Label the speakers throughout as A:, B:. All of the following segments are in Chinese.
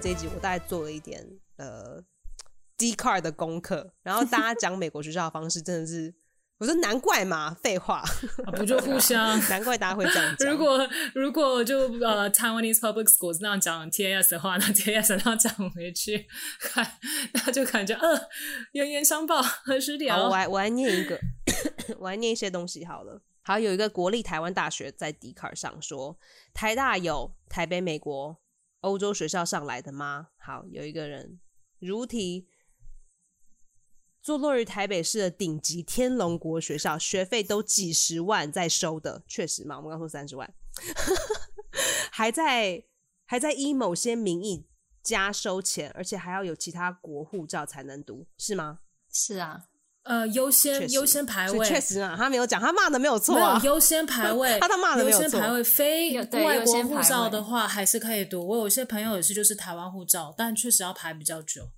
A: 这一集，我大概做了一点呃 D card 的功课，然后大家讲美国学校的方式真的是，我说难怪嘛，废话，？
B: 啊不就互相
A: 难怪大家 会这样讲。
B: 如果如果就呃 Taiwanese public schools 那样讲 TAS 的话，那 TAS 那样讲回去， 看那就感觉呃冤冤相报何时
A: 好，
B: 了
A: 我？来我来念一个， 我来念一些东西好了。好，有一个国立台湾大学在 d 卡上说，台大有台北美国欧洲学校上来的吗？好，有一个人如题。坐落于台北市的顶级天龙国学校，学费都几十万在收的，确实嘛，我们刚说三十万， 还在还在依某些名义加收钱，而且还要有其他国护照才能读，是吗？
C: 是啊，
B: 呃，优
A: 确
B: 先
A: 实
B: 优先排
A: 所以
B: 位，
A: 确实啊，他没有讲，他骂的没有错
B: 没有
A: 啊。
B: 优先排位，
A: 他他骂的没
B: 优
A: 有
B: 先
A: 错
B: 排位，非
C: 有对
B: 外
C: 优
B: 国
C: 先
B: 护
C: 排
B: 照
C: 位
B: 的话还是可以读。我有些朋友也是就是台湾护照，但确实要排比较久。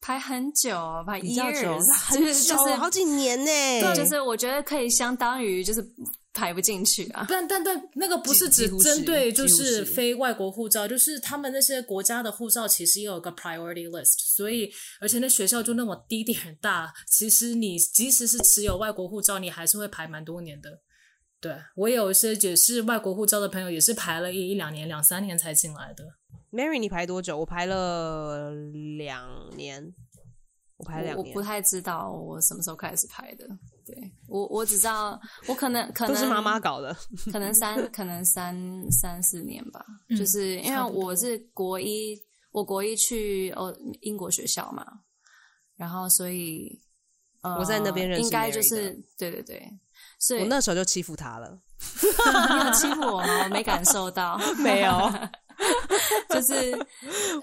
C: 排很久哦，排
A: 比较
C: years，
A: 久，那很
C: 就是
A: 久，
C: 就是
A: 好几年呢、
C: 对，就是我觉得可以相当于就是排不进去啊。
B: 但但但那个不
A: 几
B: 是只
A: 几乎是
B: 针对
A: 几
B: 就
A: 乎
B: 是
A: 是
B: 非外国护照，就是他们那些国家的护照其实也有个 priority list，所以而且那学校就那么低点大，其实你即使是持有外国护照，你还是会排蛮多年的。对我有一些也是外国护照的朋友，也是排了一一两年、两三年才进来的。
A: Mary，你排多久？我排了两年，我排了
C: 我
A: 两
C: 我
A: 年
C: 不，太知道我什么时候开始排的，对我我只知道我可能可
A: 都
C: 能
A: 是妈妈搞的。
C: 可能三可能三三四年吧，
B: 嗯
C: 就是因为
B: 差不多。
C: 我是国一，我国一去哦英国学校嘛，然后所以、呃、
A: 我在那边认识
C: 应该就
A: Mary
C: 是
A: 的
C: 对对对，所以
A: 我那时候就欺负他了，
C: 你有欺负我吗？我没感受到，
A: 没 有。
C: 就是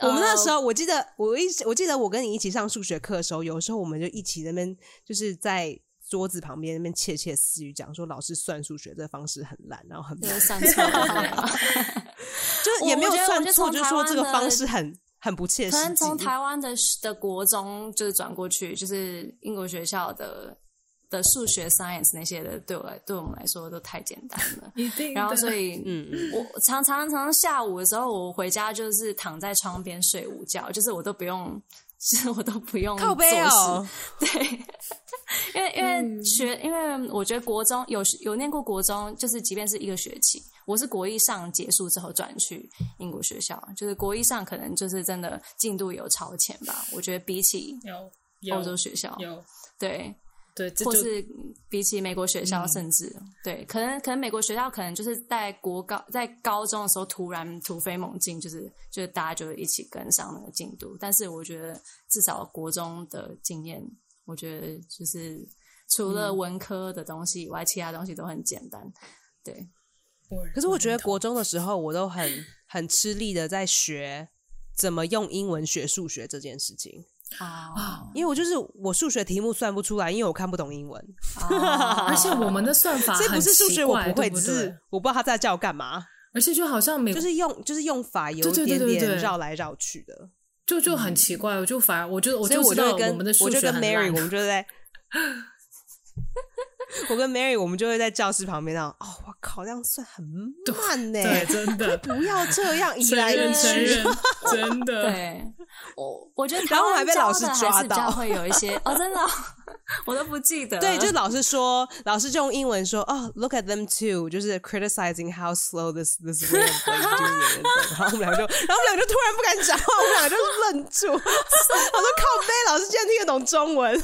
A: 我们那时
C: 候
A: 候，我记得我一我记得我跟你一起上数学课的时候，有时候我们就一起那边就是在桌子旁边那边窃窃私语，讲说老师算数学这方式很烂，然后很
C: 就是算错了之类的。
A: 就是也没有
C: 我觉得
A: 算
C: 我觉
A: 错，就
C: 得从
A: 说这个
C: 台湾的
A: 方式很很不切实
C: 可
A: 际。
C: 能从台湾的的国中就是转过去，就是英国学校的的数学、science 那些的，对我来对我们来说都太简单了
B: 一定
C: 然后所以，
A: 嗯嗯
C: 我常常常常下午的时候，我回家就是躺在窗边睡午觉，就是我都不用， 就是我都不
B: 嗯
C: 用
A: 靠背
C: 做
A: 哦
C: 事，对。因为因为学，因为我觉得国中有有念过国中，就是即便是一个学期，我是国一上结束之后转去英国学校，就是国一上可能就是真的进度有超前吧。我觉得比起
B: 有
C: 欧洲
B: 有
C: 学校，
B: 有
C: 对，
B: 对，这
C: 或
B: 就是
C: 比起美国学
A: 嗯
C: 校，甚至、对，可能可能美国学校可能就是在国高在高中的时候突然突飞猛进，就是就是大家就一起跟上那个进度。但是我觉得至少国中的经验，我觉得就是除
A: 嗯
C: 了文科的东西以外，其他东西都很简单。对，
A: 可
B: 可
A: 是我觉得国中的时候，我都很很吃力的在学怎么用英文学数学这件事情，
C: 啊、
B: 哦
A: 因为我就是我数学题目算不出来，因为我看不懂英文，
C: 哦
B: 而且我们的算法
A: 所以
B: 啊很
A: 不是数
B: 奇
A: 学我不
B: 怪
A: 会，
B: 对不
A: 只
B: 对
A: 是我不知道他在叫我干嘛，
B: 而且就好像美
A: 就是用就是用法有
B: 对对
A: 一点
B: 对对
A: 点
B: 对
A: 绕来绕去的，
B: 就就很奇怪，我就反而我就
A: 嗯
B: 我
A: 所以
B: 就
A: 我
B: 知道
A: 就会跟
B: 们的数
A: 我就
B: 学
A: 跟
B: 很
A: Mary
B: 烂
A: 我，们就 在。我跟 Mary，我们就会在教室旁边那种，哦，我靠，这样算很慢呢、欸
B: 对，真的
A: 不要这样，移
B: 承
A: 来移
B: 认承
A: 去，
B: 认，真的。
C: 对，我我觉得台
A: 然后
C: 湾
A: 还被
C: 教
A: 老师
C: 的还
A: 抓
C: 是比较
A: 到
C: 会有一些哦，真的哦、 我都不记得了。
A: 对，就是老师说，老师就用英文说，哦、l o o k at them too，就是 criticizing how slow this this way of like doing it is。然后我们两个就， 然后我们两个就突然不敢讲话，我们两个就愣住。我说靠背，老师竟然听得懂中文。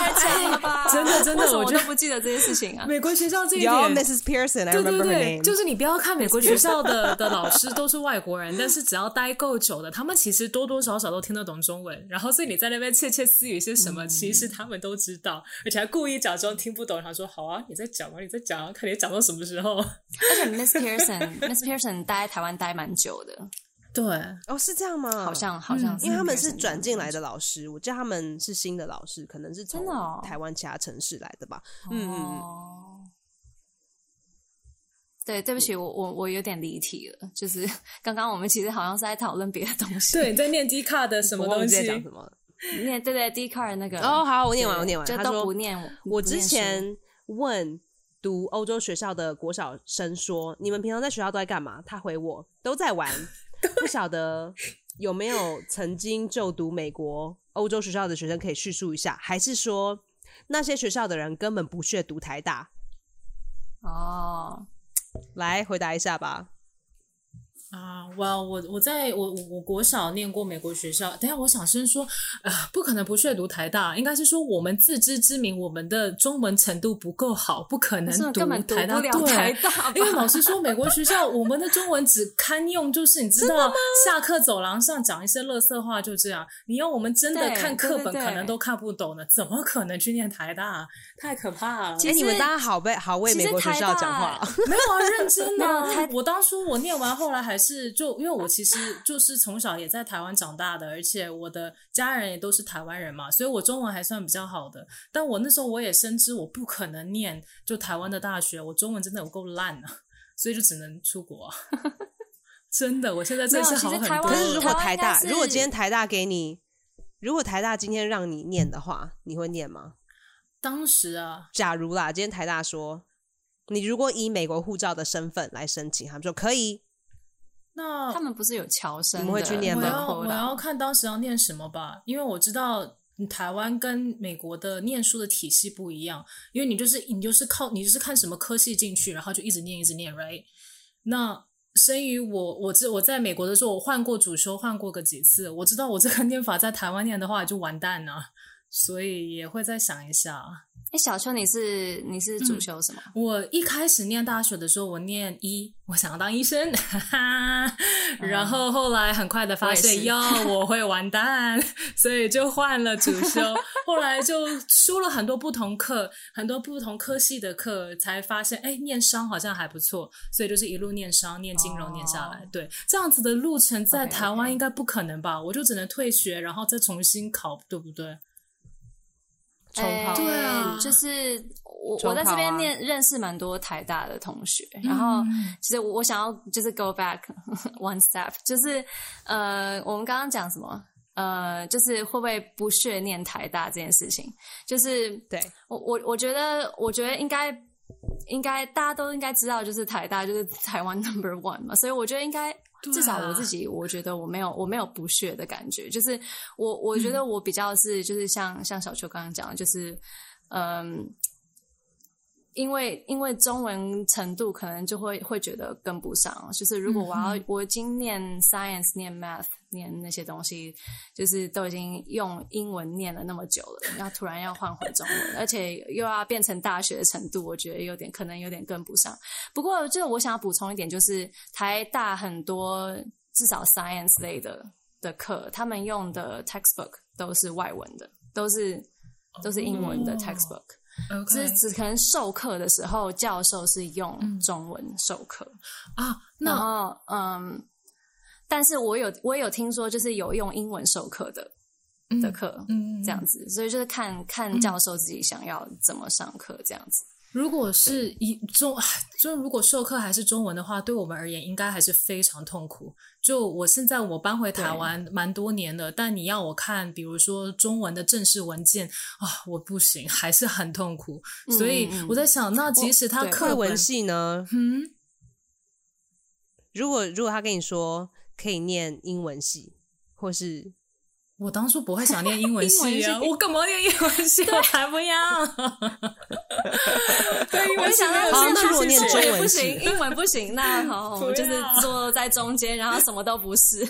C: 太强了吧！
B: 真的真的
C: 为什么
B: 我
C: 我
B: 觉
C: 都
B: 得
C: 不记得这件事情啊。
B: 美国学校这一
A: 然后
B: 点，
A: Mrs. Pearson，I
B: 对对
A: remember her
B: 对，
A: name。
B: 就是你不要看美国学校的的老师都是外国人，但是只要待够久的，他们其实多多少少都听得懂中文。然后所以你在那边窃窃私语些什么，其
A: 嗯
B: 实他们都知道，而且还故意假装听不懂。他说：“好啊，你在讲啊，你在讲啊，看你讲到什么时候。
C: 而且 Miss Pearson，Miss Pearson 待在台湾待蛮久的，”
B: 对，
A: 哦，是这样吗？
C: 好。像好像
A: 因为他们是
C: Pearson
A: 转进来的老师，我记得他们是新的老师，可能是从
C: 真的哦
A: 台湾其他城市来的吧。嗯嗯嗯，
C: 哦。对，对不起，我我我有点离题了，就是刚刚我们其实好像是在讨论别的东西。
B: 对，你在念 D 卡的什么
A: 我忘
B: 东
A: 记在
B: 西？
A: 讲什么了。
C: 念对对 d c a r 那个
A: 哦，好，我念完，
C: 嗯对
A: 我念完。
C: 就
A: 他
C: 都
A: 说
C: 不念。
A: 我
C: 不
A: 之
C: 念书
A: 前问读欧洲学校的国小 生说：“你们平常在学校都在干嘛？”他回我：“都在玩，不晓得有没有曾经就读美国、欧洲学校的学生可以叙述一下？还是说那些学校的人根本不屑读台大？
C: 哦，
A: 来回答一下吧。
B: 啊，哇！我我在我我我国小念过美国学校，等一下我想先说，呃，不可能不屑读台大，应该是说我们自知之明，我们的中文程度不够好，不可能
C: 这根本读
B: 台大。
C: 不了台
B: 对，
C: 大吧，
B: 哎因为老师说美国学校我们的中文只堪用，就是你知道，下课走廊上讲一些垃圾话就这样。你要我们真的
C: 对
B: 看
C: 对
B: 课
C: 对
B: 本，
C: 对
B: 可能都看不懂呢，怎么可能去念台大？啊太可怕了！
C: 其
A: 哎、
C: 实
A: 你们大家好为好为
C: 其
A: 美
C: 实
A: 国学
C: 台
A: 校
C: 大
A: 讲话 哦，
B: 没有啊，认真的
C: 没有台
B: 啊。我当初我念完，后来还是就因为我其实就是从小也在台湾长大的，而且我的家人也都是台湾人嘛，所以我中文还算比较好的。但我那时候我也深知我不可能念就台湾的大学，我中文真的有够烂啊， 所以就只能出国、啊。 真的，我现在真
C: 没
B: 是
C: 有
B: 好
C: 其实
B: 很多
C: 台湾
A: 可是如果
C: 台湾
A: 台
C: 应该
A: 大，
C: 是
A: 如果今天台大给你，如果台大今天让你念的话，你会念吗？
B: 当时啊，
A: 假如啦，今天台大说，你如果以美国护照的身份来申请，他们说可以，
B: 那
C: 他们不是有侨生
A: 你
C: 的，
A: 们会去念
B: 我
A: 吗
B: 要我要看当时要念什么吧，因为我知道嗯台湾跟美国的念书的体系不一样，因为你就是你就是靠你就是看什么科系进去，然后就一直念一直念，right？那生于我我这我在美国的时候，我换过主修，换过个几次，我知道我这个 念法在台湾念的话就完蛋了，所以也会再想一下。
C: 哎，小秋，你是你是主修什么？
B: 我一开始念大学的时候，我念医，我想要当医生， 哈哈。然后后来很快的发
C: 嗯我也
B: 现，
C: 是
B: 哟，我会完蛋，所以就换了主修。后来就修了很多不同课，很多不同科系的课，才发现，哎，念商好像还不错，所以就是一路念商、念金融、
C: 哦
B: 念下来。对，这样子的路程在
C: OK，OK
B: 台湾应该不可能吧？我就只能退学，然后再重新考，对不对？
A: 重
C: 哎
A: 考。
B: 对啊
C: 就是我
A: 重
C: 我在
A: 考
C: 这边
A: 啊
C: 念认识蛮多台大的同学，
B: 嗯
C: 然后其实我我想要就是 go back one step，就是呃，我们刚刚讲什么？呃，就是会不会不屑念台大这件事情，就是
A: 对，
C: 我我我觉得，我觉得应该应该大家都应该知道，就是台大就是台湾 number one 嘛，所以我觉得应该
B: 对啊
C: 至少我自己，我觉得我没有我没有不屑的感觉，就是我我
B: 嗯
C: 觉得我比较是就是像像小秋刚刚讲的，就是嗯。因为因为中文程度可能就会会觉得跟不上，就是如果我要、我已经念 science、念 math、念那些东西，就是都已经用英文念了那么久了，然后突然要换回中文，而且又要变成大学的程度，我觉得有点可能有点跟不上。不过，就是我想要补充一点，就是台大很多至少 science 类的的课，他们用的 textbook 都是外文的，都是都是英文的
B: 哦
C: textbook。
B: OK
C: 只只可能授课的时候，教授是用中文授课，
B: 啊，
C: 然
B: 那
C: 后嗯，但是我有我有听说，就是有用英文授课的的课，
B: 嗯，
C: 这样子，所以就是看看教授自己想要怎么上课这样子。
B: 如果是以中，就如果授课还是中文的话，对我们而言应该还是非常痛苦。就我现在我搬回台湾蛮多年了，但你要我看，比如说中文的正式文件啊，我不行，还是很痛苦。所以
C: 嗯嗯
B: 我在想，那即使他
A: 外
C: 对
B: 课本
A: 文，系呢？
B: 嗯，
A: 如果如果他跟你说可以念英文系，或是
B: 我当初不会想念英文系
C: 英
B: 啊，
C: 文系
B: 我干嘛念英文系？我才不要。 对英
C: 我
B: 文系
C: 想
B: 没
C: 到
B: 有
A: 好
B: 兴
A: 那
B: 趣
A: 如果念
B: 是
A: 中文
B: 我也
C: 不
A: 系
C: 行，英文不行，那好，我们就是坐在中间，然后什么都不是。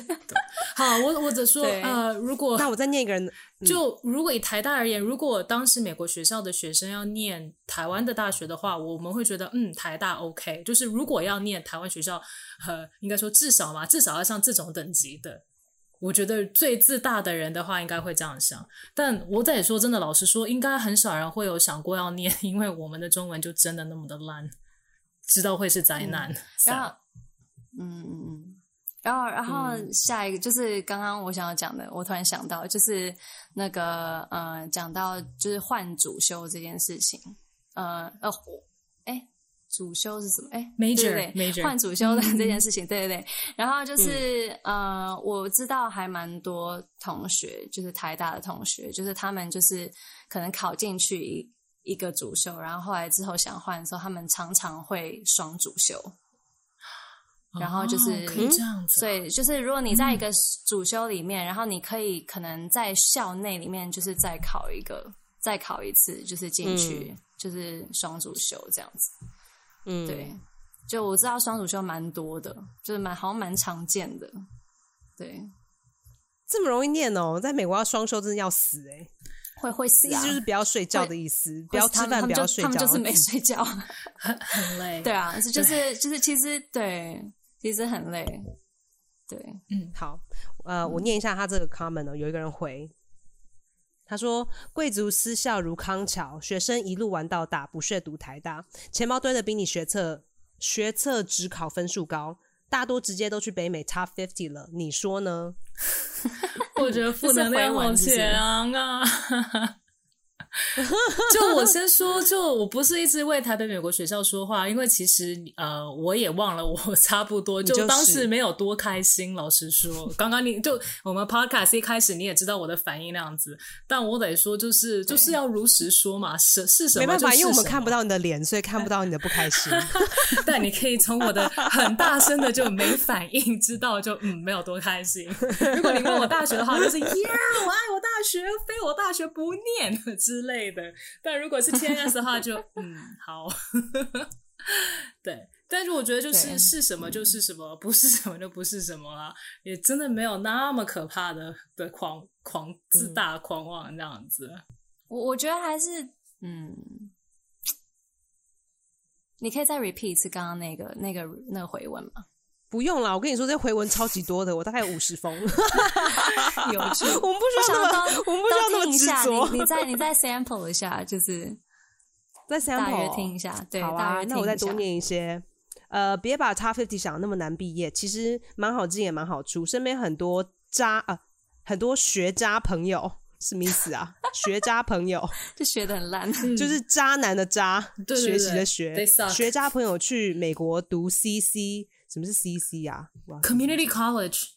B: 好，我我只说
C: 对
B: 呃，如果
A: 那我再念一个人，
C: 嗯
B: 就如果以台大而言，如果当时美国学校的学生要念台湾的大学的话，我们会觉得嗯，台大 OK。就是如果要念台湾学校，呃，应该说至少嘛，至少要像这种等级的。我觉得最自大的人的话，应该会这样想。但我得说真的，老实说，应该很少人会有想过要念，因为我们的中文就真的那么的烂，知道会是灾难。
C: 然后，嗯嗯嗯，然后然后下一个就是刚刚我想要讲的，我突然想到就是那个呃，讲到就是换主修这件事情，呃呃，哎，主修是什么？哎
B: Major，
C: 对对对
B: major
C: 换主修的这件事情，对对对。然后就是、呃，我知道还蛮多同学，就是台大的同学，就是他们就是可能考进去一一个主修，然后后来之后想换的时候，他们常常会双主修。然后就是、
B: 哦可以这样子啊、
C: 所以就是，如果你
A: 嗯
C: 在一个主修里面，然后你可以可能在校内里面，就是再考一个，再考一次，就是进去，就是双主修这样子。
A: 嗯，
C: 对，就我知道双主修蛮多的，就是蛮好像蛮常见的。对，
A: 这么容易念哦，在美国要双休真的要死哎、
C: 会会死
A: 意
C: 啊
A: 思就，是不要睡觉的意思，不要
C: 会死啊
A: 吃
C: 他
A: 饭，
C: 们
A: 不
C: 他
A: 要
C: 们就
A: 睡
C: 他
A: 觉，
C: 们就是
A: 然
C: 没
A: 后
C: 睡觉。
B: 很很累。
C: 对啊，是就是就是，其实对，其实很累。对，
A: 好，呃，我念一下他这个 comment 哦，有一个人回，他说：“贵族私校如康桥，学生一路玩到大，不屑读台大，钱包堆的比你学测学测只考分数高，大多直接都去北美 Top Fifty 了，你说呢？”
B: 我觉得负能量好强啊！ 就我先说，就我不是一直为台北美国学校说话，因为其实呃我也忘了，我差不多
A: 你就是
B: 就当时没有多开心。老实说，刚刚你就我们 podcast 一开始你也知道我的反应那样子，但我得说就是就是要如实说嘛，是是什么
A: 没办法，
B: 就是
A: 因为我们
B: 什么
A: 看不到你的脸，所以看不到你的不开心。
B: 但你可以从我的很大声的就没反应，知道就嗯没有多开心。如果你问我大学的话，我就是耶，我爱我大学，非我大学不念之类的。但如果是 TNS 的话就，嗯好， 对。但是我觉得就是
C: 对
B: 是什么就是什么，不是什么就不是什么啦，也真的没有那么可怕的的狂狂自大狂妄这样子。
C: 我我觉得还是嗯，你可以再 repeat 一次刚刚那个那个那个回文吗？
A: 不用啦，我跟你说，这回文超级多的，我大概五十封。 我
C: 有趣，
A: 们不需要那
C: 想要
A: 么，
C: 都
A: 我们不需要那
C: 都听
A: 么
C: 一
A: 执
C: 下，
A: 着。
C: 你你再你再 sample 一下，就是
A: 在
C: 大
A: sample
C: 约听一下，对，
A: 好
C: 大
A: 啊，
C: 约听一下。
A: 那我再多念一些。呃，别把 Top Fifty 想得那么难毕业，其实蛮好进也蛮好出。身边很多渣啊、很多学渣朋友，什么意思啊？学渣朋友
C: 就学的很烂，
A: 就是渣男的渣，
B: 对对
A: 学习
B: 对
A: 的学
B: they suck
A: 学渣朋友去美国读 CC，什么是 CC 啊？哇
B: Community college，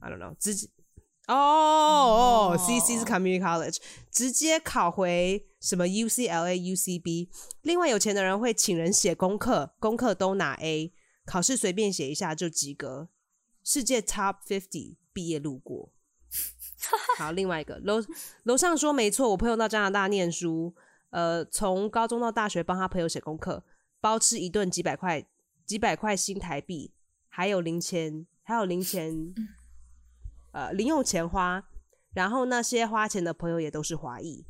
A: I don't know，直接哦哦
C: 哦
A: ，CC 是 Community College，直接考回什么 UCLA、UCB。另外，有钱的人会请人写功课，功课都拿 A，考试随便写一下就及格。世界 Top Fifty 毕业路过。好，另外一个楼楼上说没错，我朋友到加拿大念书，呃，从高中到大学帮他朋友写功课，包吃一顿几百块几百块新台币，还有零钱，还有零钱，呃，零用钱花。然后那些花钱的朋友也都是华裔。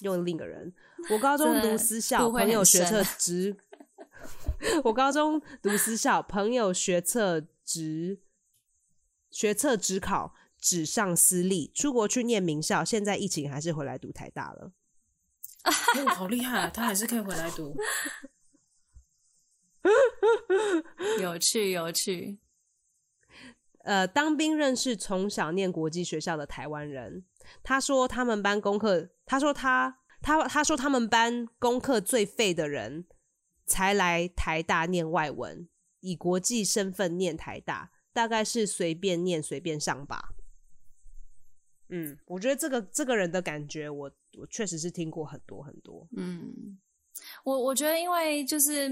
A: 用另一个人，我高中
C: 真的
A: 读私校，
C: 误会
A: 朋友
C: 很
A: 学
C: 深
A: 测
C: 啊
A: 只， 我高中读私校，朋友学测只学测只考只上私立，出国去念名校，现在疫情还是回来读台大了。
B: 哦好厉害，他还是可以回来读。
C: 有趣有趣，
A: 呃，当兵认识从小念国际学校的台湾人，他说他们班功课，他说他他他说他们班功课最废的人才来台大念外文，以国际身份念台大，大概是随便念随便上吧。嗯，我觉得这个这个人的感觉我，我确实是听过很多很多。
C: 嗯，我我觉得，因为就是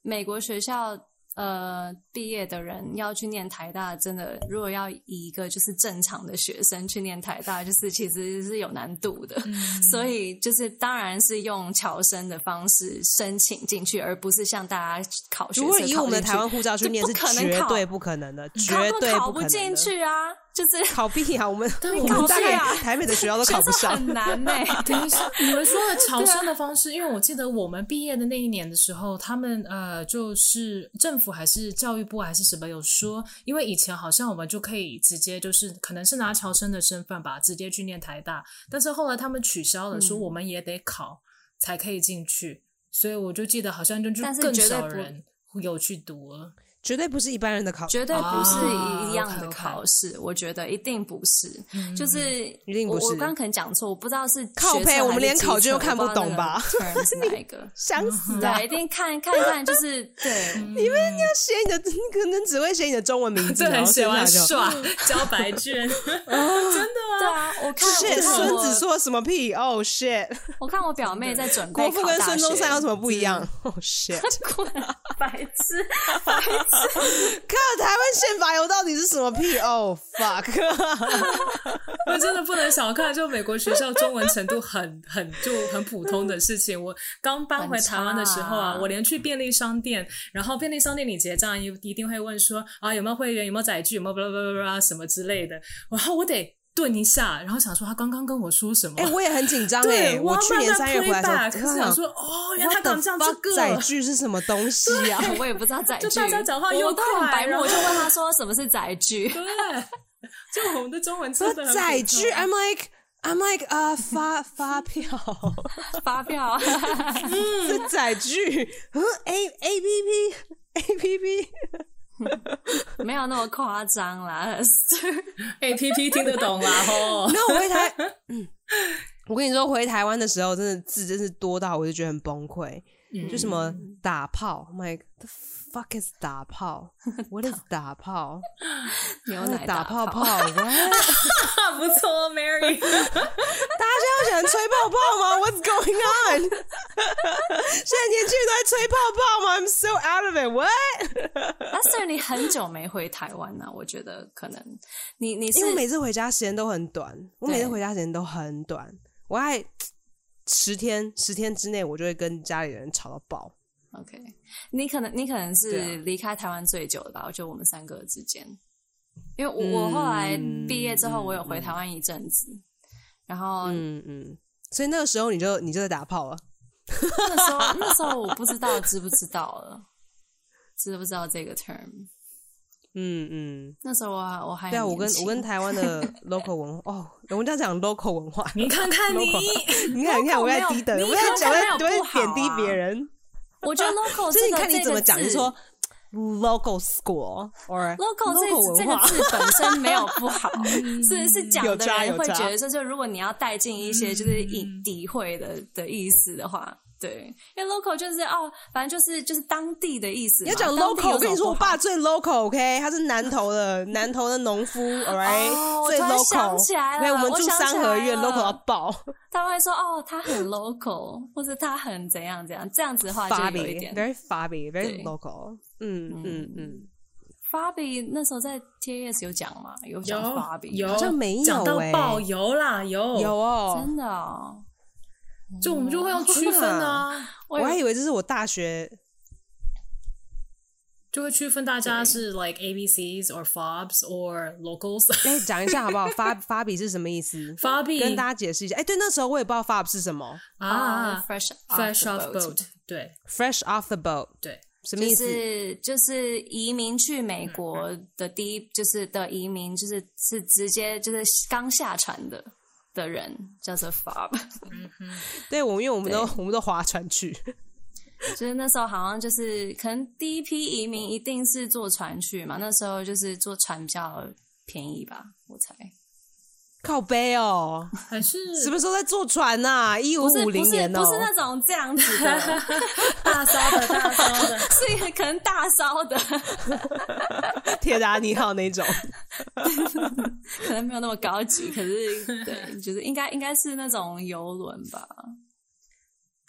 C: 美国学校呃毕业的人要去念台大，真的如果要以一个就是正常的学生去念台大，就是其实是有难度的。
A: 嗯
C: 所以就是当然是用侨生的方式申请进去，而不是像大家考学
A: 如果
C: 生
A: 以我们的台湾护
C: 护
A: 照去念，是
C: 不可能
A: 绝
C: 考
A: 对不可能的，绝
C: 考
A: 对
C: 都考
A: 不可能
C: 进
A: 的。
C: 去啊，就是
A: 考屁啊！我们
B: 但
A: 我
B: 我
A: 们
B: 们
A: 大
C: 是
A: 概
C: 啊
A: 台北的学校都考不
C: 就是
A: 上。
C: 很难 欸呢、
B: 等一下，你们说的潮生
C: 啊
B: 的方式，因为我记得我们毕业的那一年的时候，他们呃，就是政府还是教育部还是什么有说，因为以前好像我们就可以直接就是可能是拿侨生的身份吧，直接去念台大，但是后来他们取消了，
C: 嗯
B: 说我们也得考才可以进去，所以我就记得好像就就
C: 但是
B: 更
C: 绝对
B: 少
C: 不
B: 人有去读 了。
A: 绝对不是一般人的考，
C: 绝对不是
B: 啊
C: 一样的
B: OK，OK
C: 考试，我觉觉得一定不是，就是
A: 嗯一定不是
C: 我我刚刚可能讲错，我不知道是
A: 靠
C: 学测
A: 背
C: 还是
A: 我们连
C: 机
A: 考卷
C: 测
A: 都看不
C: 我知道
A: 懂
C: 那个
A: 吧
C: term 是哪一个？
A: 想死啊！
C: 对，一定看看 看，就是对，
A: 你们要写你 的，你可能只会写你的中文名字，
B: 这
A: 然
B: 很
A: 后
B: 写
A: 剩
B: 完
A: 下就
B: 刷交白卷，
C: 对啊，我我
B: 哦
C: 看
A: 哦，shit，
C: 我看
A: 孙
C: 我
A: 子说什么屁？Oh shit，
C: 我看我表妹在准备
A: 国父
C: 考
A: 跟
C: 大
A: 孙中山
C: 学
A: 有什么不一样？Oh shit，
C: 滚，白痴，白痴！
A: 看台湾宪法有到底是什么屁？Oh fuck，
B: 我真的不能小看，就美国学校中文程度很很就很普通的事情。我刚搬回台湾的时候
C: 很
B: 啊，
C: 差
B: 我连去便利商店，然后便利商店你结账一一定会问说啊有没有会员，有没有载具，有没有巴拉巴拉巴拉什么之类的，然后我得顿一下，然后想说他刚刚跟我说什么。
A: 哎，我也很紧张哎，
B: 对，
A: 我
B: 要
A: 去
B: 慢
A: 年
B: 慢
A: 三月回来的
B: playback，
A: 时
B: 可
A: 候，
B: 是想啊说哦，原来他敢这样这个
A: 载具是什么东西啊？
C: 我也不知道载具，
B: 就大家讲话又
C: 我都很
B: 快
C: 白目，
B: 然后
C: 我就问他说什么是 载具，
B: 对，就我们的中文
A: 说
B: 真的很普
A: 载
B: 通
A: 具，I'm like。I'm like 啊、发发票
C: 发票。啊
A: 是载具，嗯，A A P P A P P，
C: 没有那么夸张啦。
B: A 哎 P P 听得懂啦 吼。
A: 那我回 台，嗯，我跟你说，回台湾的时候，真的字真是多到我就觉得很崩溃。就什么打炮，I'm like the fuck is 打炮？What is 打 炮？
C: 牛奶
A: 打
C: 泡
A: 泡泡？what？大家
B: 啊，不错，Mary，
A: 现在有喜欢吹泡泡吗？What's going on？现在年轻人都在吹泡泡吗？I'm so out of it。What？
C: 但是你很久没回台湾了、我觉得可能你你是
A: 因为我每次回家时间都很短，我每次
C: 对
A: 回家时间都很短，我还十天十天之内，我就会跟家里人吵到爆。
C: OK，你可能你可能
A: 对
C: 是
A: 啊
C: 离开台湾最久的吧？我觉得我们三个之间，因为我、
A: 嗯
C: 我后来毕业之后，我有回台湾一阵子，然后
A: 嗯嗯，所以那个时候你就你就在打炮了。
C: 那时候那时候我不知道知不知道了，知不知道这个 term？
A: 嗯嗯，
C: 那时候我还我还
A: 对啊，
C: 很
A: 我跟
C: 年轻
A: 我跟台湾 的 local 文化哦，我们这样讲 local 文化，
B: 你看看你，
A: 你看，你看，我在低等，
C: 没有
A: 我在讲，我在我
C: 你
A: 在
C: 看
A: 贬
C: 看没有
A: 低
C: 不好啊
A: 别人。
C: 我觉得
A: 所
C: local
A: 以
C: 这
A: 你
C: 个
A: 看你怎么讲，
C: 这
A: 你
C: 个字
A: 说 local school or
C: logo 这
A: local
C: 这
A: 文
C: 个
A: 化，嗯
C: 字本身没有 不好，是是讲
A: 有
C: 的
A: 渣
C: 人
A: 有
C: 会
A: 渣
C: 觉得说，就如果你要带进一些就是以
A: 嗯
C: 诋毁的的意思的话。对，因为 local 就是哦，反正就是就是当地的意思嘛。
A: 你要讲
C: 当地
A: local，
C: 有
A: 我跟你
C: 什
A: 说，
C: 么
A: 我
C: 不好
A: 爸最 local，OK，他是南投的， 南投的农夫
C: 哦
A: ，alright，
C: 我
A: 最
C: 突然想起来
A: local。
C: 了
A: 没有，我们住
C: 我想起来
A: 三合院
C: 了
A: ，local 到爆，
C: 他们会说哦，他很 local，或者他很怎样怎样，这样子的话
A: 发
C: 就有
A: 比
C: 一点。
A: ，very 发比，very
C: 对
A: local。嗯嗯嗯，
C: 发比那时候在 TAS 有讲嘛，有讲发比，
B: 有
A: 好像没有
B: 讲到
A: 欸
B: 爆油啦，有
A: 有，哦，
C: 真的哦，
B: 就我们就会用区分啊，
A: 我还以为这是我大学
B: 就会区分大家是 like ABCs or fobs or locals。
A: 哎，讲一下好不好？ 发发比是什么意思？
B: 发币
A: 跟大家解释一下。哎，对，那时候我也不知道发比是什么
B: 啊
C: ，fresh
B: ，fresh off
C: the
B: boat，对
A: ，fresh off the boat
B: 对，
A: 什么
C: 就
A: 意思？
C: 是就是移民去美
B: 嗯
C: 国的第一，就是的移民，就是是直接就是刚下船的的人叫做 FOB，
A: 对，我们因为我们都我们都划船去，
C: 就是那时候好像就是可能第一批移民一定是坐船去嘛，那时候就是坐船比较便宜吧，我猜
A: 靠背哦，
B: 还是
A: 什么时候在坐船呐？一五
C: 不是
A: 五
C: 不
A: 零
C: 是
A: 年哦
C: 不，是那种这样子的，，
B: 大骚的大骚的
C: 是可能大烧的，
A: 铁达尼号 那种。
C: 可能没有那么高级，可是对，就是应该应该是那种游轮吧，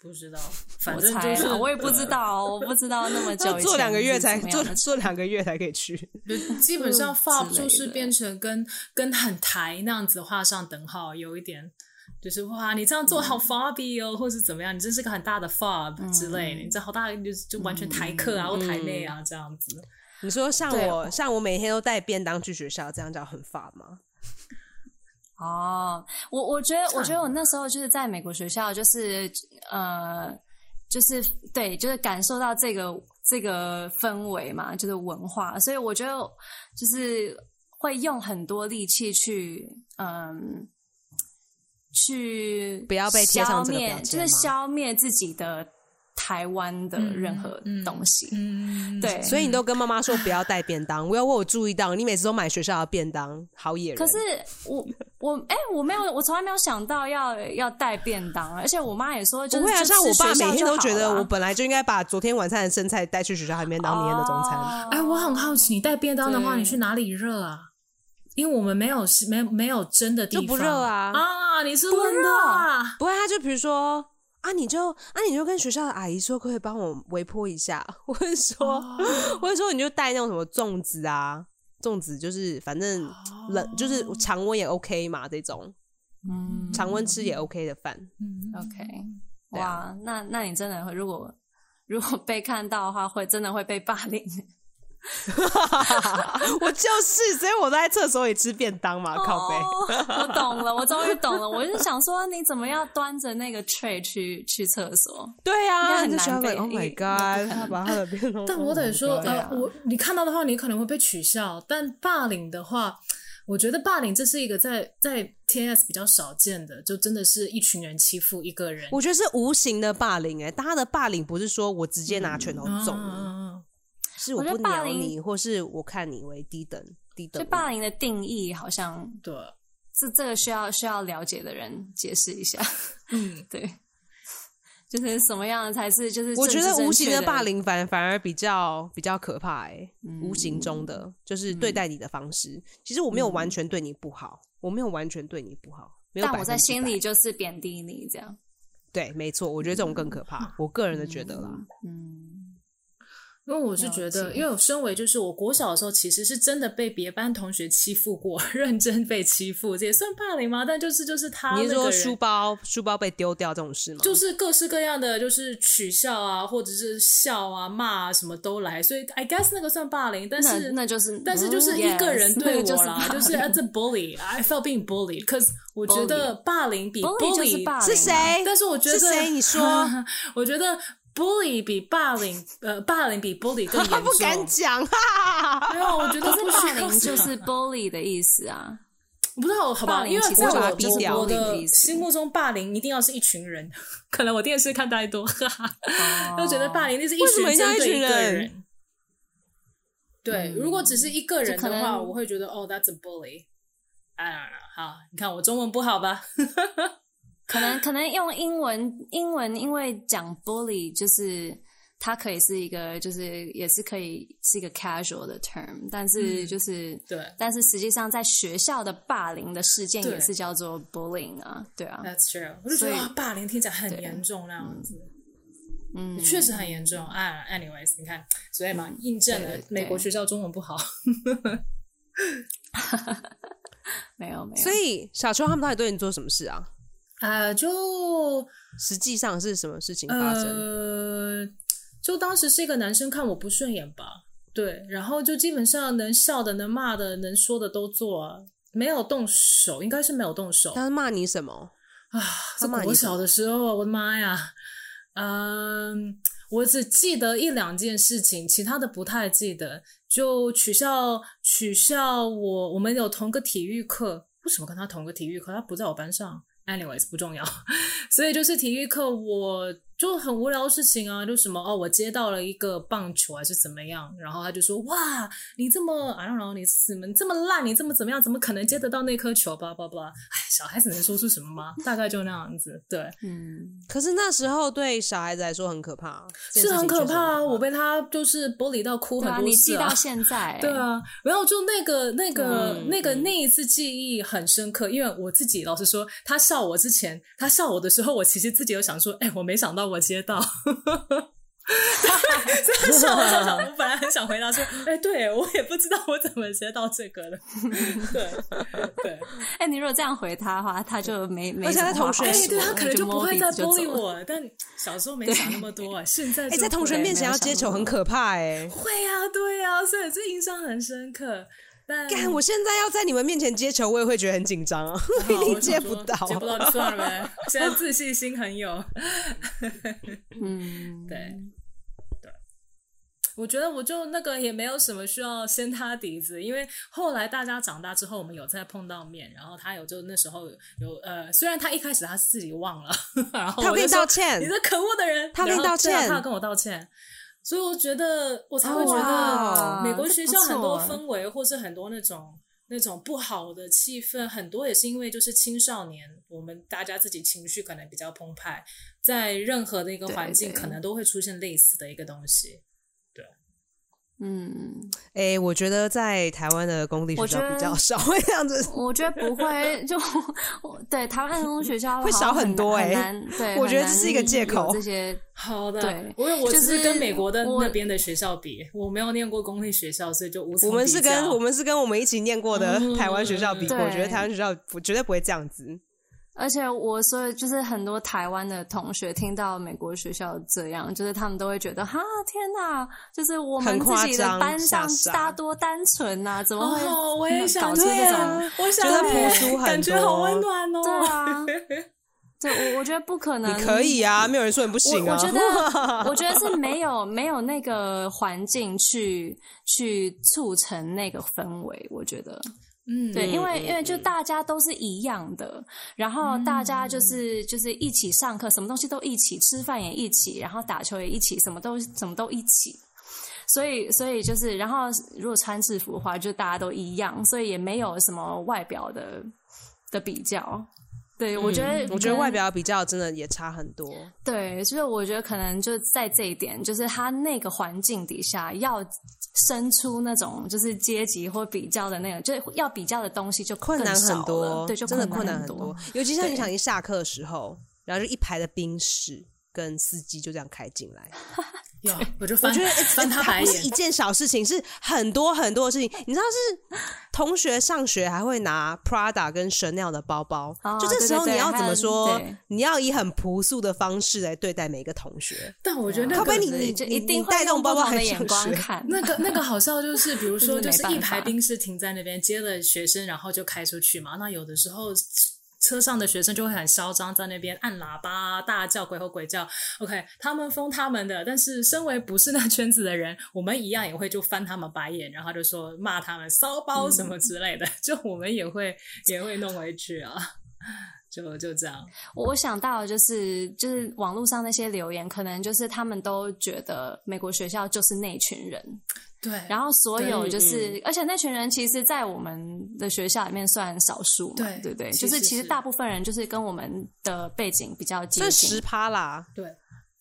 B: 不知道，反
C: 我
B: 正
C: 猜
B: 就是
A: 啊
C: 啦，我也不知道，我不知道那 么久以前
A: 坐呃两个月才
C: 是怎么
A: 坐
C: 样的
A: 坐两个月才可以去，
B: 基本上
C: 嗯之
B: fob
C: 类
B: 就是
C: 的
B: 变成跟跟很台那样子画上等号，有一点就是哇，你这样做好
C: 嗯
B: fobby 哦，或是怎么样，你真是个很大的 fob 之类的，你这好大就就完全台客
C: 嗯
B: 啊、或台妹啊这样子。
A: 你说像
C: 对啊
A: 我像我每天都带便当去学校，这样叫很发吗？
C: 哦，我我觉得，我觉得我那时候就是在美国学校，就是呃，就是对，就是感受到这个这个氛围嘛，就是文化，所以我觉得就是会用很多力气去嗯。去
A: 不要被贴上这个
C: 消灭
A: 标签
C: 就是
A: 吗嗯
C: 消灭自己的台湾的任何东西。
B: 嗯，
C: 对，
A: 所以你都跟妈妈说不要带便当，我要我有注意到你每次都买学校的便当，好野人。
C: 可是 我我哎、我没有，我从来没有想到要要带便当，啊而且我妈也说，就是
A: 不会啊，
C: 就吃
A: 像我爸
C: 学校
A: 每天
C: 就
A: 都
C: 好
A: 觉得
C: 了啊
A: 我本来就应该把昨天晚餐的剩菜
B: 哎
A: 带去学校里面当明天的中餐。
C: 哦
B: 哎，我很好奇，你带便当的话，
C: 对
B: 你去哪里热啊？因为我们没有没没有真的地
A: 就
B: 方
A: 不热啊
B: 啊！你是论的啊，
A: 不会，他就比如说啊，你就啊，你就跟学校的阿姨说，可不可以帮我微波一下？ 我会说，
C: 哦
A: 我会说，你就带那种什么粽子啊，粽子就是反正冷，就是常温也 OK 嘛，这种
C: 嗯
A: 常温吃也 OK 的饭。
B: 嗯
C: ，OK，
A: 对啊
C: 哇，那那你真的会，如果如果被看到的话，会真的会被 霸凌。
A: 我就是，所以我都在厕所里吃便当嘛，靠背。
C: 哦我懂了，我终于懂了。我就想说，你怎么要端着那个 tray 去去厕所？
A: 对
C: 应
A: 啊，
C: 该很
A: 你就
C: 难
A: 喜欢
C: 被
A: Oh my
C: 一个人
A: God，他把他的 便当。
B: 但我得说，
A: Oh my God
C: 对
B: 呃
C: 啊，
B: 我你看到的话，你可能会被取笑。但霸凌的话，我觉得霸凌这是一个在在 TNS 比较少见的，就真的是一群人欺负一个人。
A: 我觉得是无形的霸凌哎、大家的霸凌不是说我直接拿拳头
B: 嗯
A: 揍
C: 啊
A: 你，
B: 嗯
A: 是我
C: 我觉
A: 不
C: 得
A: 鸟
C: 霸凌
A: 你，或是我看你为低等低等
C: 就
A: 物。
C: 霸凌的定义，好像
B: 对，
C: 这这个需要需要了解的人解释一下。
B: 嗯，
C: 对，就是什么样才是就是
A: 我觉
C: 政治
A: 得
C: 正
A: 无形
C: 确
A: 的
C: 的
A: 霸，凌反反而比较比较可怕哎、
C: 嗯嗯
A: 无形中的就是对待你的方式。其实我没有完全对你不好，我没有完全对你不好，没有
C: 但
A: 百
C: 我
A: 分
C: 在
A: 之
C: 心
A: 百
C: 里就是贬低你这样。
A: 对，没错，我觉得这种更可怕，我个人的觉得啦。
C: 嗯，
B: 因为我是觉
C: 了
B: 得，
C: 解
B: 因为我身为就是我国小的时候，其实是真的被别班同学欺负过， 认真被欺负，这也算霸凌吗？但就是就是他
A: 你
B: 那
A: 是
B: 个
A: 说
B: 人
A: 书包书包被丢掉这种事吗？
B: 就是各式各样的，就是取笑啊，或者是笑啊、骂啊，什么都来。所以 I guess 那个算霸凌，但是
C: 那那就是嗯
B: 但是就是一个人对我啦，
C: 嗯，yes，那个
B: 就
C: 就是
B: as a bully, I felt being bullied. Cause 我觉得霸凌比
C: bully 就是霸凌啊
A: 是谁？
B: 但是我觉得
A: 是谁？你说。
B: 我觉得 bully 比霸凌，呃，霸凌比 bully 更严
A: 他
B: 重。
A: 不敢讲，
C: 啊
A: 哈哈哈
B: 没有，我觉得这
C: 可
B: 不
C: 是
B: 需
C: 霸
B: 要
C: 凌就
B: 讲
C: 是 bully 的意思 啊。
B: 我不知道，好吧？
C: 霸凌
B: 因为
C: 其实
B: 在
A: 就
B: 我
A: 把它
B: 我
A: 逼掉
B: 我
C: 的
B: 的
C: 意思
B: 心目中，霸凌一定要是一群人。可能我电视看太多，哈哈，就觉得霸
C: 哦
B: 凌那是一群
A: 为什么一定要
B: 针
A: 一群
B: 对一个
A: 人
B: 人。对，
C: 嗯
B: 如果只是一个人
C: 就可
B: 的
C: 能
B: 话，我会觉得哦，that's a bully。I don't know。好，你看我中文不好吧？
C: 可能可能用英文，英文因为讲 bully 就是它可以是一个，就是也是可以是一个 casual 的 term，但
B: 嗯
C: 是就是、
B: 对
C: 但是实际上在学校的霸凌的事件
B: 对嗯
C: 也是叫做 bullying 啊，对啊，
B: That's true，我就觉得
C: 所以
B: 哇霸凌听起来很
C: 对
B: 严重那样子，
C: 嗯，
B: 确实很严重。啊，anyways，你看，所以嘛，印证了
C: 对对
B: 美国学校中文不好。
C: 没有没有，
A: 所以小秋他们到底对你做什么事啊？
B: 啊，就
A: 实际上是什么事情发生？
B: 呃，就当时是一个男生看我不顺眼吧，对，然后就基本上能笑的、能骂的、能说的都做啊，没有动手，应该是没有动手。
A: 他骂你什么？
B: 啊，
A: 他
B: 这
A: 骂你
B: 我
A: 什么
B: 小的时候啊，我的妈呀！嗯，我只记得一两件事情，其他的不太记得。就取笑取笑我，我们有同个体育课，为什么跟他同个体育课？他不在我班上。Anyways，不重要。所以就是体育课，我就很无聊的事情啊，就什么哦，我接到了一个棒球还是怎么样，然后他就说哇，你这么 I don't know，你怎么这么烂，你这么怎么样，怎么可能接得到那颗球？吧吧吧！哎，小孩子能说出什么吗？大概就那样子，对，
C: 嗯，
A: 可是那时候对小孩子来说很可怕，这件
B: 是
A: 事情
B: 很
A: 确实
B: 可怕啊！
A: 很哎
B: 我被他就是玻璃到哭
C: 对啊，
B: 很多
C: 你
B: 次
C: 记到现在，
B: 对啊，然后就那个那个、
A: 嗯
B: 那个
A: 嗯
B: 那一次记忆很深刻，因为我自己老实说，他笑我之前，他笑我的时候，我其实自己有想说，哎、我没想到我 接到。 对，所以他笑我笑笑，我本来很想回答说，哎、对我也不知道我怎么接到这 个的。对对，
C: 哎，你如果这样回他的话，他就没没
A: 而且
C: 什么
A: 他同
C: 话
A: 学
C: 好
B: 哎、
A: 是
C: 说
B: 对
C: 了
B: 他可能
C: 就
B: 就不会再
C: 摸鼻子
B: bully
C: 就走了，
B: 我，但小时候没想那么多啊，现在
A: 哎，
B: 就
A: 在同学
B: 会
A: 面前要接球很可怕哎。
B: 会啊，对啊，所以这印象很深刻。但
A: 干，我现在要在你们面前接球，我也会觉得很紧 张啊，因为你接不 到啊。
B: 接不到就算了呗。现在自信心很有，
C: 嗯，
B: 对对。我觉得我就那个也没有什么需要掀他底子，因为后来大家长大之后，我们有再碰到面，然后他有就那时候有呃，虽然他一开始他是自己忘了， 然后
A: 他
B: 我
A: 跟
B: 就
A: 你
B: 说
A: 道歉
B: 你这可恶的人，
A: 他跟你
B: 然后
A: 道歉
B: 对啊他要跟我道歉，所以我觉得我才会觉得
C: 哦
A: 哇
B: 美国学校很多
C: 分。
B: 氛围，或是很多那种那种不好的气氛，很多也是因为就是青少年，我们大家自己情绪可能比较澎湃，在任何的一个
C: 对
B: 环境，
C: 对
B: 可能都会出现类似的一个东西。
C: 嗯，
A: 哎、我觉得在台湾的公立学
C: 我
A: 校
C: 觉得
A: 比较少会这样子，
C: 我觉得不会，就 我对 台湾公立学校
A: 会
C: 好
A: 少
C: 像
A: 很
C: 很
A: 多
C: 哎、
A: 欸
C: 很难对，
A: 我
C: 很
A: 觉得
C: 难
A: 这是一个借
C: 有
A: 口
C: 这些
B: 好的，
C: 对
B: 因为我
C: 就
B: 只是
C: 是
B: 跟美国的
C: 我
B: 那边的学校比，我没有念过公立学校，所以就无从
A: 我们是
B: 比较
A: 跟我们是跟我们一起念过的
B: 嗯
A: 台湾学校比，
C: 对
A: 我觉得台湾学校不绝对不会这样子。
C: 而且我所以就是很多台湾的同学听到美国学校这样，就是他们都会觉得哈天哪，就是我们
A: 很
C: 自
A: 夸
C: 己的
A: 张
C: 班
A: 吓
C: 上
A: 傻
C: 大多单纯呐、怎么会、
B: 哦，我 也想
C: 搞出
A: 对
C: 这
A: 啊
C: 种？
B: 我想
A: 觉得
B: 念
A: 朴素很
B: 感觉好
A: 多
B: 温暖哦。
C: 对 啊，对我我觉得不可能，
A: 你可以啊，没有人说你不行
C: 我
A: 啊。
C: 我觉得，我觉得是没有没有那个环境去去促成那个氛围。我觉得，
B: 嗯，
C: 对，因为
A: 嗯
C: 因为就大家都是一样的，然后大家
A: 嗯
C: 就是就是一起上课，什么东西都一起，吃饭也一起，然后打球也一起，什么都什么都一起。所以，所以就是，然后如果穿制服的话，就大家都一样，所以也没有什么外表的的比较。对，我觉 得，
A: 嗯我觉得
C: 可
A: 外
C: 能
A: 表比较真的也差很多。
C: 对，所以我觉得可能就在这一点，就是他那个环境底下要生出那种就是阶级或比较的那个，就是要比较的东西就更
A: 困难
C: 少
A: 很
C: 了
A: 多，
C: 对，就
A: 真的困
C: 难
A: 难很
C: 多。，
A: 尤其像你
C: 对
A: 想一下课的时候，然后就一排的兵士跟司机就这样开进来，
B: 呀，我就
A: 我
B: 翻
A: 觉得欸
B: 翻他白
A: 不是一
B: 眼。
A: 件小事情，是很多很多的事情。你知道是同学上学还会拿 Prada 跟 Chanel 的包包，
C: 哦
A: 就这时候
C: 对对对
A: 你要怎么
C: 还有
A: 说
C: 对？
A: 你要以很朴素的方式来对待每个同学。
B: 但我觉得那
A: 靠
B: 个
A: 背你
C: 对就一
A: 你
C: 定
A: 你
C: 会
A: 带
C: 用
A: 动包
C: 不
A: 包
C: 同
A: 还
C: 的
A: 想
C: 眼光
A: 学
C: 看。
B: 那个那个好笑，就是比如说，
C: 这
B: 就是是
C: 没办
B: 一排
C: 法
B: 兵士停在那边接了学生，然后就开出去嘛。那有的时候车上的学生就会很嚣张，在那边按喇叭、大叫、鬼吼鬼叫。OK，他们疯他们的，但是身为不是那圈子的人，我们一样也会就翻他们白眼，然后就说骂他们骚包什么之类的， 就我们也会也会弄回去啊， 就就这样。
C: 我想到的就是就是网络上那些留言，可能就是他们都觉得美国学校就是那群人，
B: 对，
C: 然后所有
A: 对
C: 就是，而且那群人其实，在我们的学校里面算少数嘛，
B: 对
C: 对不对？
B: 其实
C: 就是其实
B: 是
C: 大部分人就是跟我们的背景比较接
A: 算
C: 近
A: 十，趴啦，
B: 对，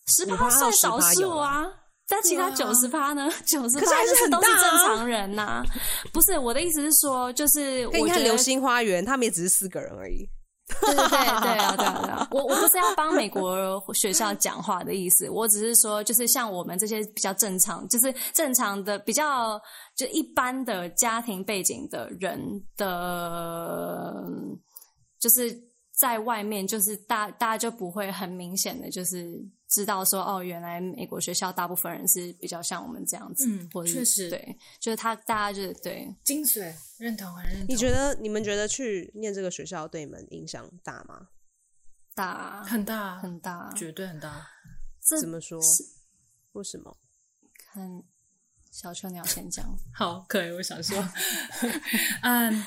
C: 十
A: 五趴
C: 趴
A: 到
C: 算
A: 10%
C: 少数
A: 有
C: 啊。但其他
B: 对啊
C: 九十趴呢？九十
A: 可是
C: 趴
A: 还是
C: 就是
A: 很
C: 都是
A: 大啊
C: 正常人呐、不是我的意思是说，就是
A: 可以
C: 我觉
A: 看《
C: 得
A: 流星花园》，他们也只是四个人而已。
C: 对对对对啊对啊对啊！ 我我不是要帮美国学校讲话的意思，我只是说，就是像我们这些比较正常，就是正常的、比较就一般的家庭背景的人的，就是在外面，就是大大家就不会很明显的就是知道说，哦，原来美国学校大部分人是比较像我们这样子，
B: 嗯
C: 或者
B: 确实
C: 对，就是他大家就是对，
B: 精髓认同很认同。
A: 你觉得你们觉得去念这个学校对你们影响大吗？
C: 大
B: 很大，
C: 很大，
B: 绝对很大。
C: 这
A: 怎么说？为什么？
C: 看小秋鸟先讲。
B: 好，可以，我想说， 嗯，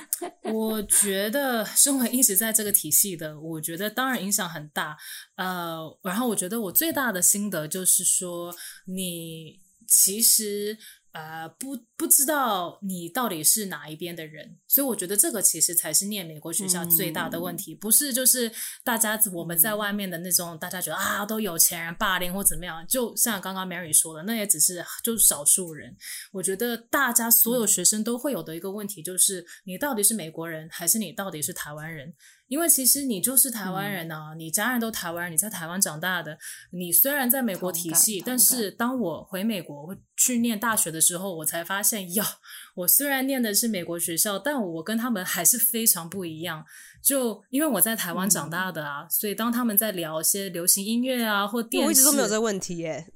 B: 我觉得身为一直在这个体系的，我觉得当然影响很大。呃，然后我觉得我最大的心得就是说，你其实呃不不知道你到底是哪一边的人，所以我觉得这个其实才是念美国学校最大的问题，不是就是大家我们在外面的那种，大家觉得啊都有钱人霸凌或怎么样，就像刚刚 Mary 说的，那也只是就是少数人。我觉得大家所
A: 嗯
B: 有学生都会有的一个问题就是，你到底是美国人还是你到底是台湾人？因为其实你就是台湾
A: 嗯
B: 人啊，你家人都台湾人，你在台湾长大的，你虽然在美国体系，
C: 同感
B: 但是当我回美国我去念大学的时候，我才发现，哟，我虽然念的是美国学校，但我跟他们还是非常不一样。就因为我在台湾
A: 嗯
B: 长大的啊，所以当他们在聊一些流行音乐啊或电视，
A: 我一直都没有这个问题耶、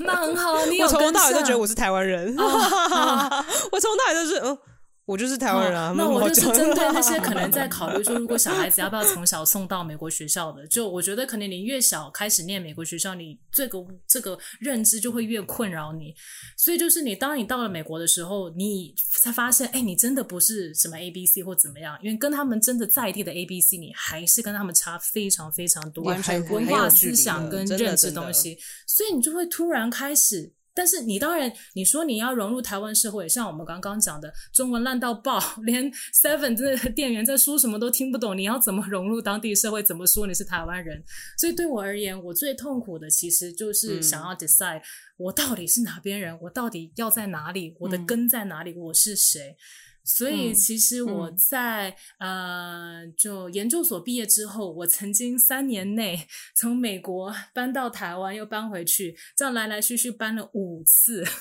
B: 那 很好，你有
A: 我从头
B: 跟
A: 到尾都
B: 上
A: 觉得我是台湾人，
B: 哦哦
A: 我从头到尾都是嗯，我就是台湾人啊。
B: 哦
A: 没
B: 那
A: 有
B: 我
A: 好
B: 就是
A: 讲
B: 针对 那些可能在考虑说，如果小孩子要不要从小送到美国学校的，就我觉得可能你越小开始念美国学校，你这个这个认知就会越困扰你。所以就是你当你到了美国的时候，你才发现，哎，你真的不是什么 A B C 或怎么样，因为跟他们真的在地的 A B C，你还是跟他们差非常非常多。
A: 完全
B: 文
A: 很有
B: 化
A: 距
B: 思
A: 离
B: 想
A: 了
B: 跟
A: 真的
B: 认知
A: 真的
B: 东西，所以你就会突然开始。但是你当然，你说你要融入台湾社会，像我们刚刚讲的，中文烂到爆，连 Seven 这店员在说什么都听不懂，你要怎么融入当地社会？怎么说你是台湾人？所以对我而言，我最痛苦的其实
A: 嗯
B: 就是想要 decide 我到底是哪边人，我到底要在哪里，我的
A: 嗯
B: 根在哪里，我是谁。所以
C: 嗯
B: 其实我在、呃，就研究所毕业之后，我曾经三年内从美国搬到台湾，又搬回去，这样来来去去搬了五次。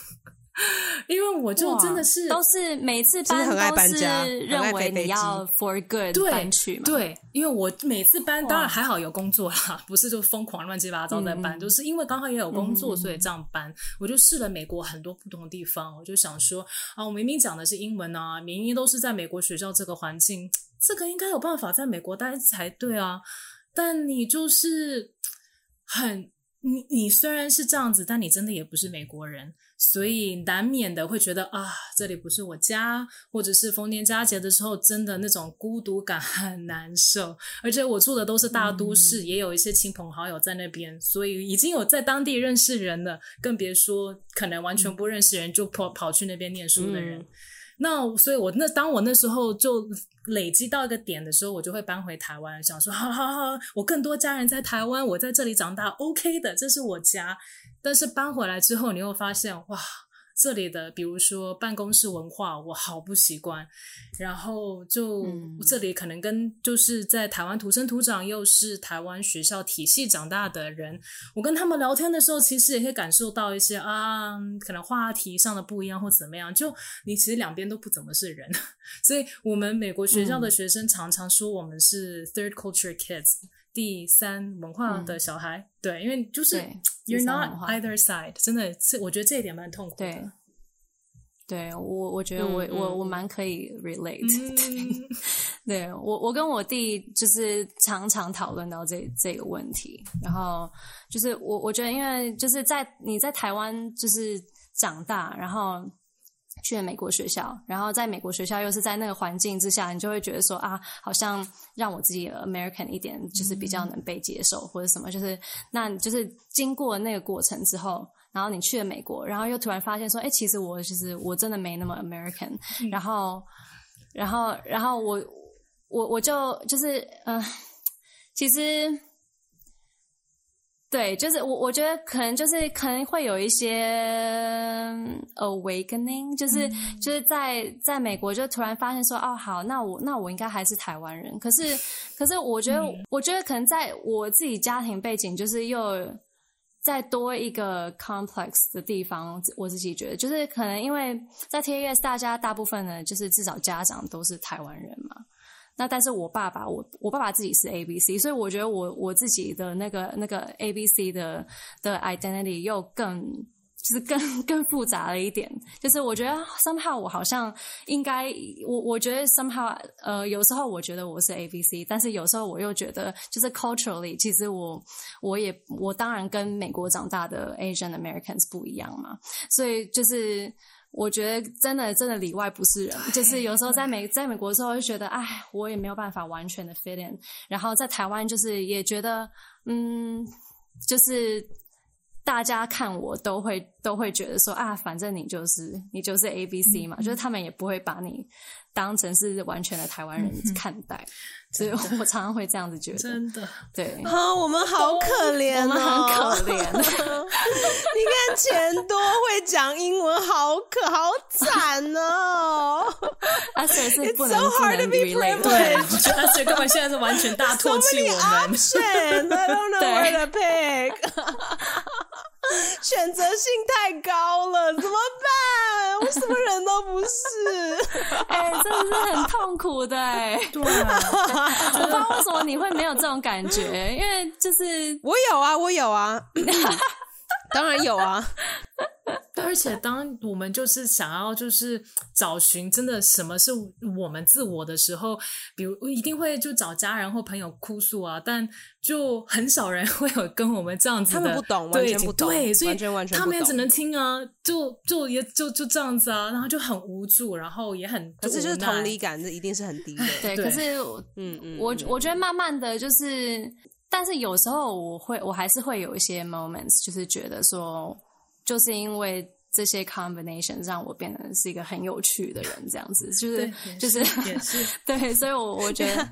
B: 因为我就真的是
C: 都是每次
A: 真的
C: 搬
A: 很爱搬
C: 都
A: 家
C: 是
A: 很爱
C: 认为
A: 飞飞
C: 你要 for good
B: 对
C: 搬去嘛，
B: 对，因为我每次搬，当然
C: 哇
B: 还好有工作啦，不是就疯狂乱七八糟在搬，
C: 嗯
B: 就是因为刚好也有工作，
C: 嗯
B: 所以这样搬。我就试了美国很多不同的地方，我就想说啊，我明明讲的是英文啊，明明都是在美国学校这个环境，这个应该有办法在美国待才对啊。但你就是很，你你虽然是这样子，但你真的也不是美国人，所以难免的会觉得啊，这里不是我家，或者是逢年佳节的时候，真的那种孤独感很难受。而且我住的都是大都市，也有一些亲朋好友在那边，所以已经有在当地认识人了，更别说可能完全不认识人就跑跑去那边念书的人。
A: 嗯
B: 那所以我那当我那时候就累积到一个点的时候，我就会搬回台湾，想说好好好，我更多家人在台湾，我在这里长大，OK 的，这是我家。但是搬回来之后，你又发现哇，这里的比如说办公室文化，我好不习惯。然后就、
C: 嗯
B: 这里可能跟就是在台湾土生土长，又是台湾学校体系长大的人，我跟他们聊天的时候，其实也可以感受到一些啊，嗯可能话题上的不一样或怎么样。就你其实两边都不怎么是人， 所以我们美国学
C: 嗯
B: 校的学生常常说我们是 third culture kids，第三文化的小孩。对，因为就是
C: 嗯对
B: you're
C: 第三文
B: not
C: 化
B: either side，真的是我觉得这一点蛮痛苦的。
C: 对对我我觉得我、
A: 嗯
C: 我
A: 嗯
C: 我蛮可以 relate，、
B: 嗯，
C: 对我，我跟我弟就是常常讨论到这这个问题，然后就是我我觉得，因为就是在你在台湾就是长大，然后去了美国学校，然后在美国学校又是在那个环境之下，你就会觉得说啊，好像让我自己 American 一点，就是比较能被接受、或者什么，就是那你就是经过那个过程之后。然后你去了美国，然后又突然发现说，哎，其实我其实我真的没那么 American，然后，然后，然后我我我就就是嗯、呃其实对，就是我我觉得可能就是可能会有一些嗯 awakening，就是、就是在在美国就突然发现说，哦，好，那我那我应该还是台湾人。可是可是我觉得、我觉得可能在我自己家庭背景就是又。再多一个 complex 的地方，我自己觉得就是可能因为在 TAS 大家大部分呢，就是至少家长都是台湾人嘛，那但是我爸爸，我我爸爸自己是 A B C，所以我觉得我我自己的那个那个 A B C 的的 identity 又更就是更更复杂了一点。就是我觉得 somehow 我好像应该，我我觉得 somehow 呃，有时候我觉得我是 A B C，但是有时候我又觉得就是 culturally，其实我我也我当然跟美国长大的 Asian Americans 不一样嘛，所以就是。我觉得真的真的里外不是人，就是有时候在美在美国的时候就觉得，哎，我也没有办法完全的 fit in，然后在台湾就是也觉得，嗯，就是大家看我都会都会觉得说啊，反正你就是你就是 A B C
A: 嗯
C: 嘛，就是他们也不会把你当成是完全的台湾
A: 嗯
C: 人看待，所以我我常常会这样子觉得，
B: 真的。
C: 对。
A: 啊，我们好哦可怜、哦，
C: 我们很可怜，
A: 你看钱多会讲英文，好可好惨哦。
C: 啊，所以是
A: It's
C: 不能
A: so
C: 不
A: hard
C: 能
A: to be
C: relate 的。
B: 对，我觉得所以根本现在是完全大
A: so
B: 唾弃
A: many
B: 我们。
A: options. I don't know
C: 对
A: where to pick. 选择性太高了，怎么办？为什么人都不是？
C: 哎、真的是很痛苦的哎、
B: 对 啊，
C: 我不知道为什么你会没有这种感觉，因为就是
A: 我有啊，我有 啊，当然有啊。
B: 而且当我们就是想要就是找寻真的什么是我们自我的时候，比如我一定会就找家人或朋友哭诉啊，但就很少人 会有跟我们这样子的，
A: 他们不懂
B: 对
A: 完全不懂
B: 对，所以
A: 完全完全不
B: 他
A: 懂
B: 们也只能听啊，就就也就就这样子啊，然后就很无助，然后也很
A: 可是就是
B: 无奈
A: 同理感，这一定是很低的。
C: 对，
B: 对
C: 可是
A: 嗯嗯，
C: 我
A: 嗯
C: 我觉得慢慢的就是，但是有时候我会，我还是会有一些 moments，就是觉得说，就是因为这些 combination 让我变成是一个很有趣的人，这样子就是
B: 对
C: 就是
B: 也 是
C: 对，所以我我觉得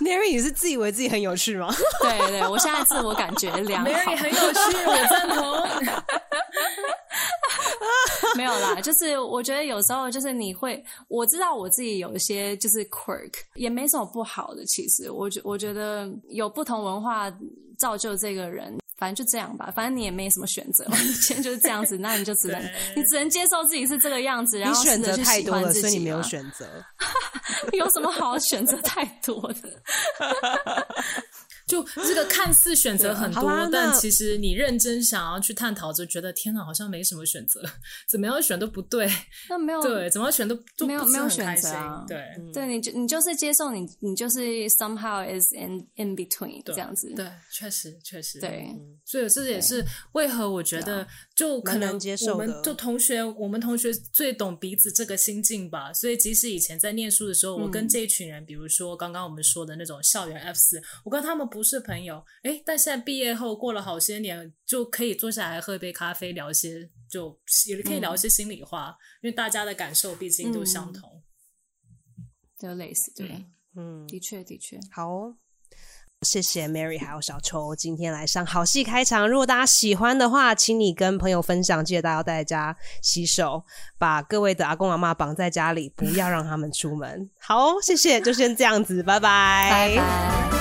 A: Mary，你是自以为自己很有趣吗？
C: 对对，我现在自我感觉良好。
B: ，Mary 很有趣，我赞同。
C: 没有啦，就是我觉得有时候就是你会，我知道我自己有一些就是 quirk，也没什么不好的。其实我觉我觉得有不同文化造就这个人，反正就这样吧，反正你也没什么选择，以前就是这样子，那你就只能你只能接受自己是这个样子，然
A: 你
C: 后
A: 选择
C: 试着去
A: 太
C: 喜
A: 多
C: 欢
A: 了，
C: 自
A: 所以你
C: 己啊
A: 没有
C: 嘛
A: 选择。
C: 有什么好选择太 多的？
B: 就这个看似选择很
A: 好
B: 多，
A: 啦那
B: 但其实你认真想要去探讨，就觉得天哪，好像没什么选择，怎么样选都不对，
C: 那没有
B: 对，嗯怎么样选都都
C: 哦没有
B: 不是
C: 没有
B: 很
C: 选
B: 开
C: 择
B: 心
C: 啊
B: 对。
C: 对，你就你就是接受你你就是 somehow is in in between
B: 对
C: 这样子，
B: 对，嗯确实确实，
C: 对
B: 所以这也是为何我觉得，就可
A: 啊蛮
B: 能
A: 难接
B: 我
A: 受的
B: 们就同学，我们同学最懂彼此这个心境吧。所以即使以前在念书的时候，我
A: 嗯
B: 跟这一群人，比如说刚刚我们说的那种校园 F 四，我跟他们不是朋友，诶，但现在毕业后过了好些年，就可以坐下来喝一杯咖啡，聊一些就也可以
A: 嗯
B: 聊一些心里话，因为大家的感受毕竟都相同。
C: 就类似对，
A: 嗯，
C: 的确的确。
A: 好哦、谢谢 Mary 还有小秋今天来上好戏开场。如果大家喜欢的话，请你跟朋友分享，记得大家要在家洗手，把各位的阿公阿妈绑在家里，不要让他们出门。好哦、谢谢，就先这样子，拜拜
C: 拜拜。